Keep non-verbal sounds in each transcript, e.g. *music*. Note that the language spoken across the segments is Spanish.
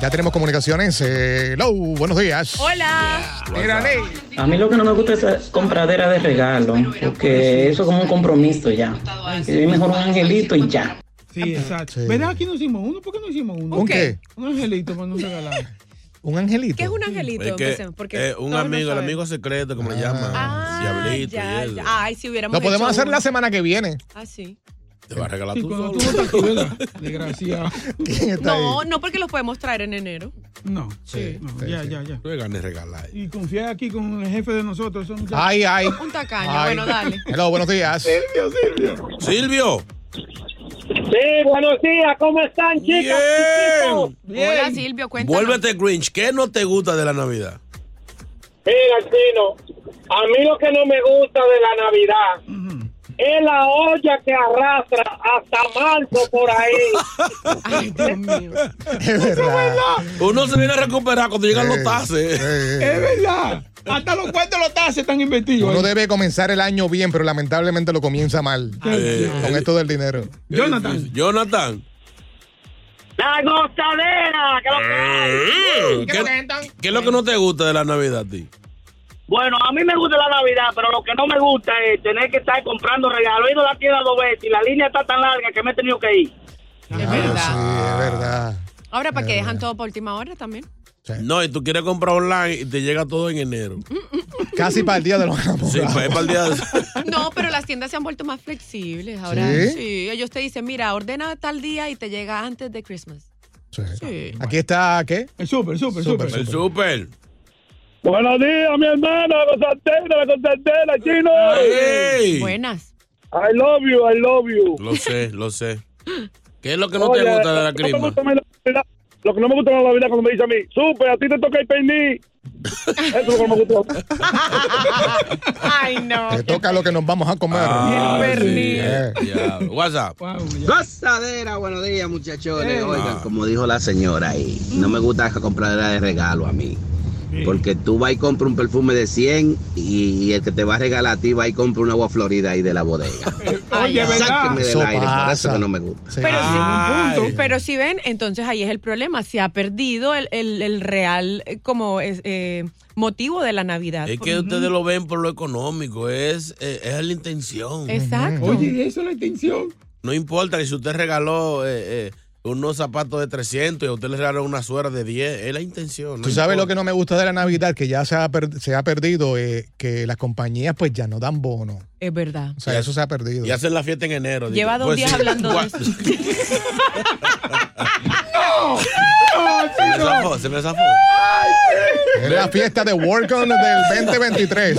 Ya tenemos comunicaciones. Eh, Hello, buenos días. Hola. Mira, Ney. A mí lo que no me gusta es esa compradera de regalo, porque eso es como un compromiso ya. Es mejor un angelito y ya. Sí, exacto. Sí. ¿Verdad? Aquí no hicimos uno. ¿Por qué no hicimos uno? ¿Un qué? Un angelito para no regalar. *laughs* ¿Un angelito? ¿Qué es un angelito? Es que, Empecemos, porque eh, un todos no amigo, el saben. amigo secreto, como le llaman. Ah, Diablito. ya, y eso. ya. Ay, si hubiéramos Lo podemos hecho hacer la uno. semana que viene. Ah, sí. Te va a regalar Sí, tú cuando tú solo. votas aquí, *laughs* ¿verdad? Desgraciado. ¿Quién está No, ahí? no porque los podemos traer en enero. No, sí. no, sí, ya, sí. ya, ya. No le ganes regalar. Y confiar aquí con el jefe de nosotros. Son Ay, ay. Un tacaño. Ay. Bueno, dale. Hello, buenos días. Silvio. Sí, buenos días, ¿cómo están, chicas? Bien. Hola, Silvio, cuéntanos. Vuélvete Grinch. ¿Qué no te gusta de la Navidad? Mira, Chino, a mí lo que no me gusta de la Navidad es la olla que arrastra hasta marzo por ahí. Ay, Dios mío. Es verdad. Uno se viene a recuperar cuando llegan los Eh, tases. eh, *laughs* Es verdad. Hasta los cuartos los tases están invertidos. Uno ahí. debe comenzar el año bien, pero lamentablemente lo comienza mal. Eh, Con esto del dinero. Jonathan. Jonathan. ¡La gozadera! que lo que hay. Eh, ¿Qué, qué es lo que no te gusta de la Navidad a ti? Bueno, a mí me gusta la Navidad, pero lo que no me gusta es tener que estar comprando regalos. He ido a la tienda dos veces y la línea está tan larga que me he tenido que ir. Es Sí, verdad. es verdad. Ahora, Eh. ¿para que dejan todo por última hora también? *laughs* No, y tú quieres comprar online y te llega todo en enero. *laughs* Casi para el día de los enamorados. Sí, pues es para el día *laughs* de- No, pero las tiendas se han vuelto más flexibles ahora. ¿Sí? ¿Sí? ellos te dicen, mira, ordena tal día y te llega antes de Christmas. Sí. Sí. *laughs* Aquí está, ¿qué? El súper, súper, súper. El super. Buenos días, mi hermano, la gozadera, la gozadera, Chino. ¡Ey! Buenas. I love you, I love you. Lo sé, lo sé. ¿Qué es lo que no Oye, te gusta de lo la que no me crisma? gusta a mí de la Navidad- Lo que no me gusta de la Navidad cuando me dice a mí, super, a ti te toca el *laughs* pernil. Eso es lo que no me gusta. Ay, no. Te toca lo que nos vamos a comer. Ah, Bien, sí, Bernie. eh, diablo. WhatsApp. Wow, ya. Gozadera, buenos días muchachones. Oigan, como dijo la señora ahí, no me gusta esa compradera de regalo a mí. Porque tú vas y compras un perfume de 100 y el que te va a regalar a ti va y compra una agua florida ahí de la bodega. Oye, Ay, ¿verdad? Sáquenme Ah, Eso del aire, por eso pasa. que no me gusta. Sí. Pero, Ay. si, pero si ven, entonces ahí es el problema. Se ha perdido el, el- el real eh, como es, eh, motivo de la Navidad. Es que ustedes lo ven por lo económico, es, eh, es la intención. Exacto. Oye, eso es la intención. No importa que si usted regaló eh, eh, unos zapatos de 300 y a usted le regaló una suera de 10, es la intención. Tú sabes lo que no me gusta de la Navidad, que ya se ha, per- se ha perdido, eh, que las compañías pues ya no dan bono. Es verdad. O sea, Ya- eso se ha perdido. Y hacen la fiesta en enero. Lleva digo. Pues dos días hablando de Gua- eso. Se me zafó, se me zafó. *laughs* Es la fiesta de WorkOn del 2023.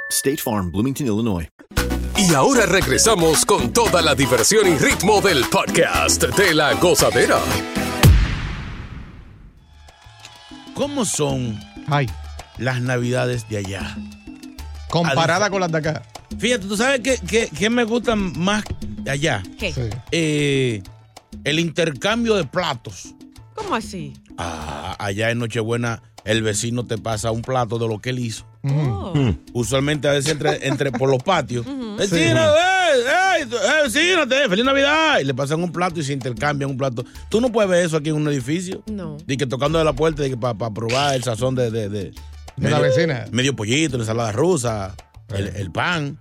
State Farm, Bloomington, Illinois. Y ahora regresamos con toda la diversión y ritmo del podcast de la gozadera. ¿Cómo son las navidades de allá? Comparada con las de acá. Fíjate, ¿tú sabes qué, qué- qué me gusta más de allá? ¿Qué? Eh, el intercambio de platos. ¿Cómo así? Ah, allá en Nochebuena el vecino te pasa un plato de lo que él hizo. Usualmente a veces entre, entre por los patios. Eh, Vecino, ey, ey, ey, vecino, eh, te- feliz Navidad. Y le pasan un plato y se intercambian un plato. Tú no puedes ver eso aquí en un edificio. No. De que tocando de la puerta para probar el sazón de, de, de- la vecina. Eh. Medio pollito, la ensalada rusa, el, el pan.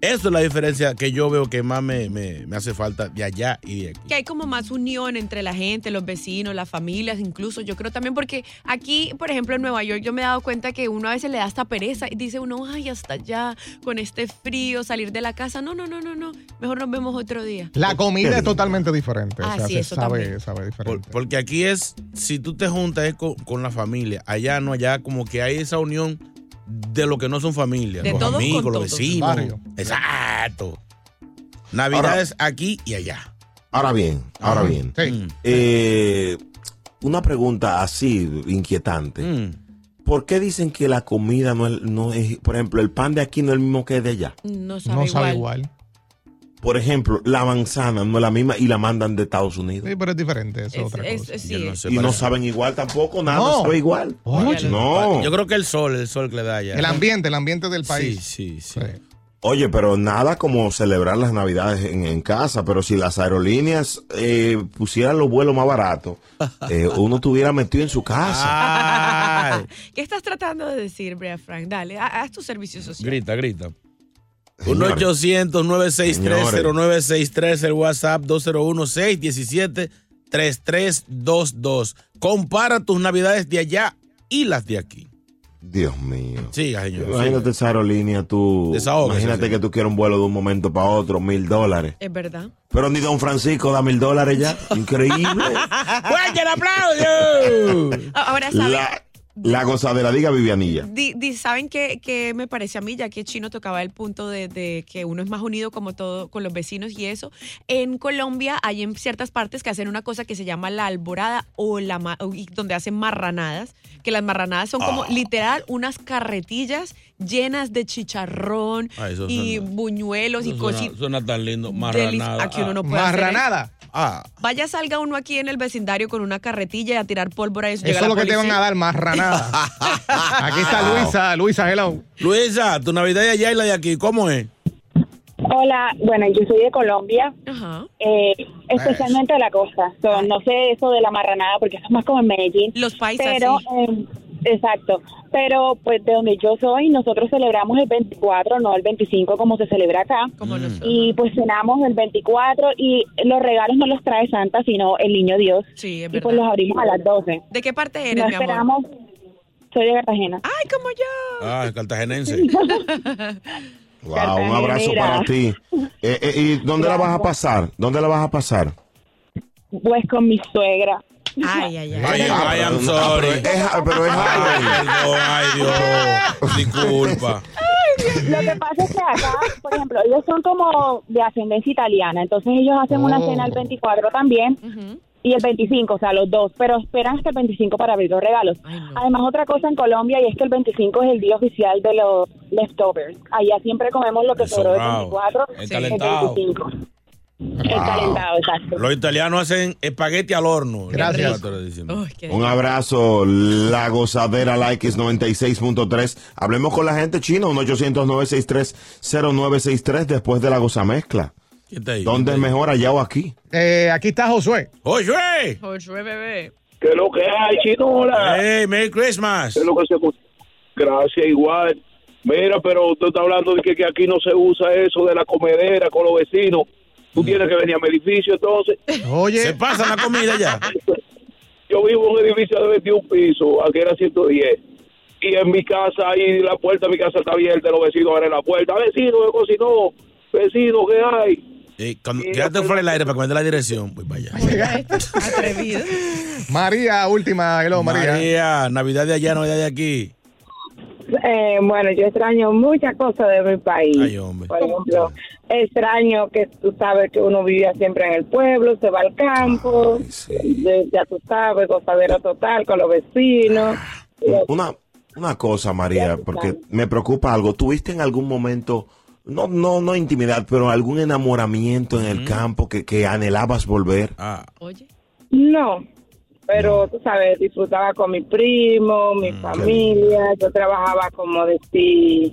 Eso es la diferencia que yo veo que más me, me- me hace falta de allá y de aquí. Que hay como más unión entre la gente, los vecinos, las familias, incluso. Yo creo también porque aquí, por ejemplo, en Nueva York, yo me he dado cuenta que uno a veces le da hasta pereza y dice uno, ay, hasta allá, con este frío, salir de la casa. No, no, no, no, no. Mejor nos vemos otro día. La comida es totalmente diferente. o sea, Así se es, eso sabe, también. sabe diferente. Por- porque aquí es, si tú te juntas es co- con, la familia. Allá no, allá como que hay esa unión de lo que no son familia. De los todos con amigos, los todos. vecinos. Barrio. Exacto. Navidades aquí y allá. Ahora bien, ahora bien. Eh, una pregunta así inquietante. Mm. ¿Por qué dicen que la comida no es, no es- por ejemplo, el pan de aquí no es el mismo que el de allá? No sabe, igual. Por ejemplo, la manzana no es la misma y la mandan de Estados Unidos. Sí, pero es diferente, eso es otra Es- cosa. es- sí, es. y no saben igual tampoco, nada No. sabe igual. Oye. No. Yo creo que el sol, el sol que le da allá. El ambiente, el ambiente del país. Sí, sí, sí. Oye, pero nada como celebrar las navidades en, en casa, pero si las aerolíneas eh, pusieran los vuelos más *laughs* baratos, eh, uno estuviera metido en su casa. ¿Qué estás tratando de decir, Brea Frank? Dale, ha- haz tu servicio social. *laughs* Grita, grita. 1-800-963-0963, el WhatsApp 201-617-3322. Compara tus navidades de allá y las de aquí. Dios mío. Siga, señor. Imagínate esa aerolínea, tú. Desahógese, imagínate que tú quieres un vuelo de un momento para otro, mil dólares. Es verdad. Pero ni Don Francisco da mil dólares *laughs* ya. Increíble. ¡Fuerte el aplauso! A- Ahora saben, la, la gozadera, diga Vivianilla. di- di- ¿saben qué, qué me parece a mí? Ya que Chino tocaba el punto de, de que uno es más unido como todo con los vecinos y eso. En Colombia hay en ciertas partes que hacen una cosa que se llama la alborada o la ma- y donde hacen marranadas, que las marranadas son como Ah. literal unas carretillas llenas de chicharrón Ah, eso y buñuelos y Eso suena, cositas. suena tan lindo. Marranada. Aquí uno no puede hacer Marranada. Ah, Vaya salga uno aquí en el vecindario con una carretilla y a tirar pólvora y eso, Eso es lo que te van a dar, marranada. Ah. Aquí está Luisa, Luisa, hello. Luisa, tu Navidad de allá y la de aquí, ¿cómo es? Hola, bueno, yo soy de Colombia, eh, especialmente de la costa. So, no sé eso de la marranada porque eso es más como en Medellín. Los paisas, Pero, sí. eh, exacto. Pero pues de donde yo soy, nosotros celebramos el 24, no el 25 como se celebra acá. Y pues cenamos el 24 y los regalos no los trae Santa, sino el niño Dios. Sí, es y pues los abrimos a las 12. ¿De qué parte eres, No mi amor? esperamos. Soy de Cartagena. ¡Ay, como *laughs* yo! Ah, el cartagenense. Wow, un abrazo Cartagenera. para ti. Eh, eh, ¿Y dónde la vas a pasar? ¿Dónde la vas a pasar? Pues con mi suegra. Ah. Ay, ay, Ay, ay, I'm sorry. pero es ay, perdón, ay, *laughs* Dios. Disculpa. Lo que pasa es que acá, por ejemplo, ellos son como de ascendencia italiana, entonces ellos hacen una Oh. cena el 24 también, y el 25, o sea, los dos, pero esperan hasta el 25 para abrir los regalos. Además, otra cosa en Colombia y es que el 25 es el día oficial de los leftovers. Allá siempre comemos lo que Eso, sobró del bravo. 24 El y el calentado. 25. El calentado, exacto. Los italianos hacen espagueti al horno. Gracias. Lo que estoy diciendo. Un abrazo, la gozadera, la X96.3. Hablemos con la gente chino, 1-800-963-0963 después de la gozamezcla. ¿Dónde es mejor, allá o aquí? Eh, aquí está Josué. ¡Josué! Josué, bebé. ¿Qué es lo que hay, chinola? ¡Hey, Merry Christmas! lo que se... Gracias, igual. Mira, pero tú estás hablando de que, que aquí no se usa eso de la comedera con los vecinos. Tú tienes que venir a mi edificio, entonces. Oye. Mm. Se pasa la comida ya. *laughs* Yo vivo en un edificio de 21 pisos, aquí era 110. Y en mi casa, ahí la puerta de mi casa está abierta, los vecinos abren la puerta. Vecino, ¿qué cocinó? Vecino, ¿qué hay? Eh, cuando- quédate fuera del aire para comer la dirección. Pues vaya. Atrevido. María, última. Hello, María. María, Navidad de allá, Navidad de aquí. Eh, bueno, yo extraño muchas cosas de mi país. Ay, hombre. Por ejemplo, extraño que tú sabes que uno vivía siempre en el pueblo, se va al campo, de- ya tú sabes, gozadera total con los vecinos. Ah, Una, una cosa, María, porque me preocupa algo. ¿Tuviste en algún momento, no, no, no intimidad, pero algún enamoramiento en el campo que, que anhelabas volver? No, pero tú sabes, disfrutaba con mi primo, mi familia, yo trabajaba como decir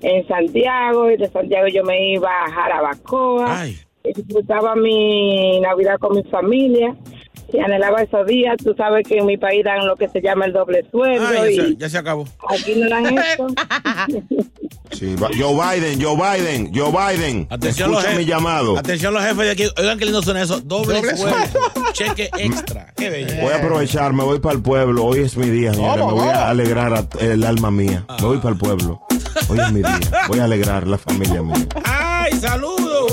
en Santiago y de Santiago yo me iba a Jarabacoa, y disfrutaba mi Navidad con mi familia y anhelaba esos días, tú sabes que en mi país dan lo que se llama el doble sueldo Ay, ya, se, y ya se acabó. aquí *laughs* no dan eso. Sí, va- Joe Biden, Joe Biden, Joe Biden. escucha Atención los jefes. mi llamado. Atención los jefes de aquí. Oigan que lindo suena eso. Doble, Doble sueldo. *laughs* Cheque extra. Qué bello. Eh. Voy a aprovechar, me voy para el pueblo. Hoy es mi día, señores. Me Vamos, voy vamos. a alegrar a- el alma mía. Me voy para el pueblo. Hoy es mi día. Voy a alegrar la familia mía. ¡Ay, eh. saludos,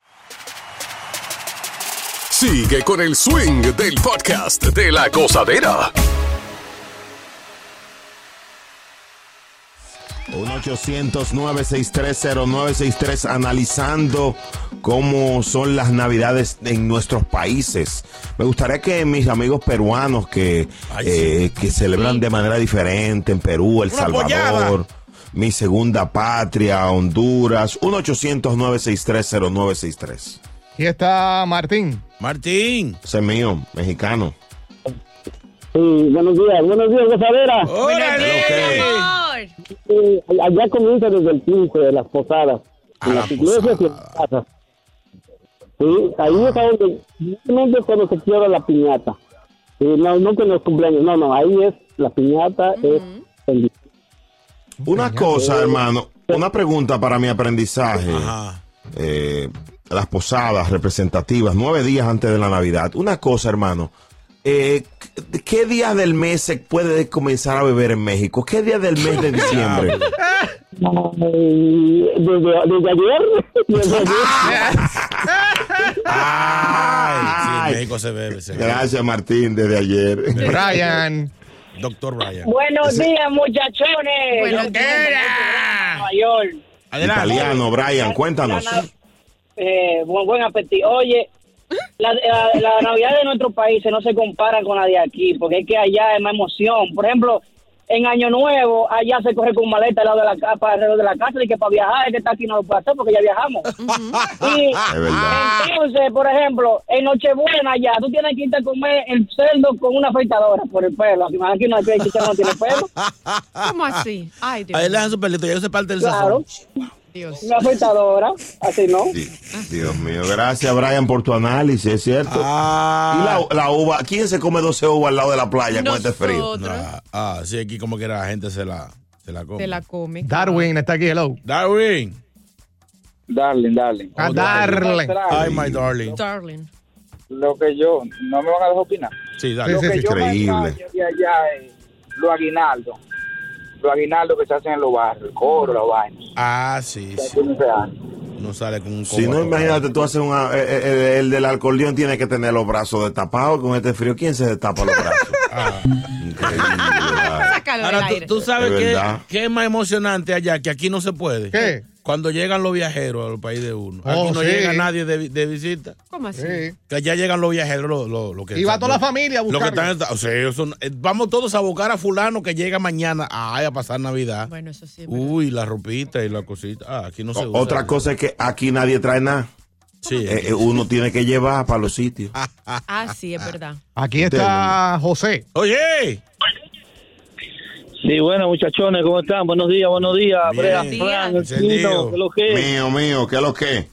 Sigue con el swing del podcast de la gozadera. 1-800-963-0963, analizando cómo son las navidades en nuestros países. Me gustaría que mis amigos peruanos que, eh, que celebran de manera diferente en Perú, El Una pollada. Salvador, mi segunda patria, Honduras, 1-800-963-0963. Aquí está Martín. Martín. Ese es mío, mexicano. Sí, buenos días, buenos días, gozadera. Oh. Sí, allá comienza desde el 15 de las posadas, en las iglesias y en las casas. Sí, ahí es a donde, normalmente es cuando se quiebra la piñata. Sí, no, no que en los cumpleaños, no, no, ahí es la piñata, es el Una cosa, Oh. hermano, una pregunta para mi aprendizaje. Eh, las posadas representativas, nueve días antes de la Navidad. Una cosa, hermano. eh, ¿Qué día del mes se puede comenzar a beber en México? ¿Qué día del *laughs* mes de diciembre? Ay, desde, desde *laughs* ayer, desde ayer. Ay, sí, en México se bebe. Se bebe. Gracias, Martín, desde ayer. Brian. Doctor Brian. Buenos días, muchachones. Buenos días. Nueva York. Italiano, Brian, cuéntanos. Eh, buen, buen apetito. Oye, la, la- la Navidad de nuestros países no se compara con la de aquí, porque es que allá es más emoción. Por ejemplo, en Año Nuevo, allá se corre con maleta al lado de la, ca- para alrededor de la casa, y que para viajar, es que está aquí no lo puede hacer porque ya *laughs* viajamos. y entonces, por ejemplo, en Nochebuena allá, tú tienes que irte a comer el cerdo con una afeitadora por el pelo. Aquí no hay que no tiene pelo. ¿Cómo así? Ay, Dios. Ahí le dan su pelito, ya se parte del sazón. Claro. Una afeitadora, así no. Dios mío, gracias Brian por tu análisis, es cierto. Ah. Y la, la uva, ¿quién se come 12 uvas al lado de la playa con este frío? Ah, ah, sí, aquí como que la gente se la, se la come. Te la come. Darwin está aquí, hello. Darwin. Darling, darling. Ah, darling. Ay, my darling. Darling. Lo que yo, no me van a dejar opinar. Sí, Lo que yo me extraño de allá es lo aguinaldo. Lo aguinaldo que se hacen en los barrios, el coro, la vaina. Ah, sí, sí. No sale con un Si no, imagínate, tú haces una. eh, eh, El, del alcoholión tiene que tener los brazos destapados con este frío. ¿Quién se destapa los *laughs* brazos? Ah. Sácalo del Ahora, tú- aire. tú, sabes Es que, verdad. que es más emocionante allá, que aquí no se puede. ¿Qué? Cuando llegan los viajeros al país de uno. Aquí Oh, no sí. llega nadie de, vi- de visita. ¿Cómo así? Sí. Que allá llegan los viajeros, los lo, lo que... Y va toda la familia a Lo que buscarlo. están, o sea, ellos son- eh, vamos todos a buscar a fulano que llega mañana ay, a pasar Navidad. Bueno, eso sí. Uy, la ropita y la cosita. Ah, aquí no se O- usa. Otra cosa es que aquí nadie trae nada. Eh, eh, uno tiene que llevar para los sitios. Ah, sí, es verdad. Aquí está José. Oye. Sí, bueno, muchachones, ¿cómo están? Buenos días, buenos días. Bien. Brea, Buenos Fran, el días. chino, ¿qué es lo que es? Mío, mío, ¿qué es lo que?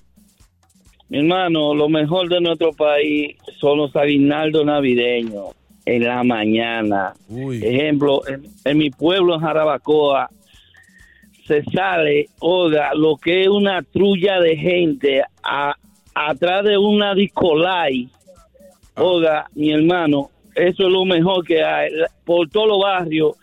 Mi hermano, lo mejor de nuestro país son los aguinaldos navideños en la mañana. Ejemplo, en, en mi pueblo, en Jarabacoa, se sale, oiga, lo que es una trulla de gente a- atrás de una discolay. Oiga, mi hermano, eso es lo mejor que hay. La- Por todos los barrios,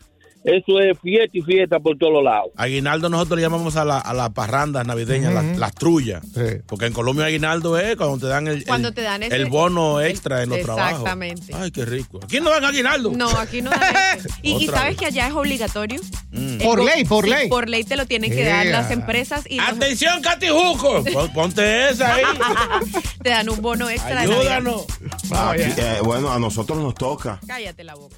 eso es fiesta y fiesta por todos los lados. Aguinaldo nosotros le llamamos a la- a las parrandas navideñas, las, las trullas. Porque en Colombia aguinaldo es cuando te dan el, el- Cuando te dan ese- el bono extra en los trabajos. Exactamente. Ay, qué rico. Aquí no dan aguinaldo. No, aquí no dan eso. Y, y Otra sabes que allá es obligatorio. Mm. Eh, con- sí, Por ley te lo tienen que dar Yeah. las empresas y los- Atención, Catijuco. Pon- Ponte esa ahí. *laughs* te dan un bono extra. de Navidad. Ayúdanos. Oh, Aquí, eh, bueno, a nosotros nos toca. Cállate la boca.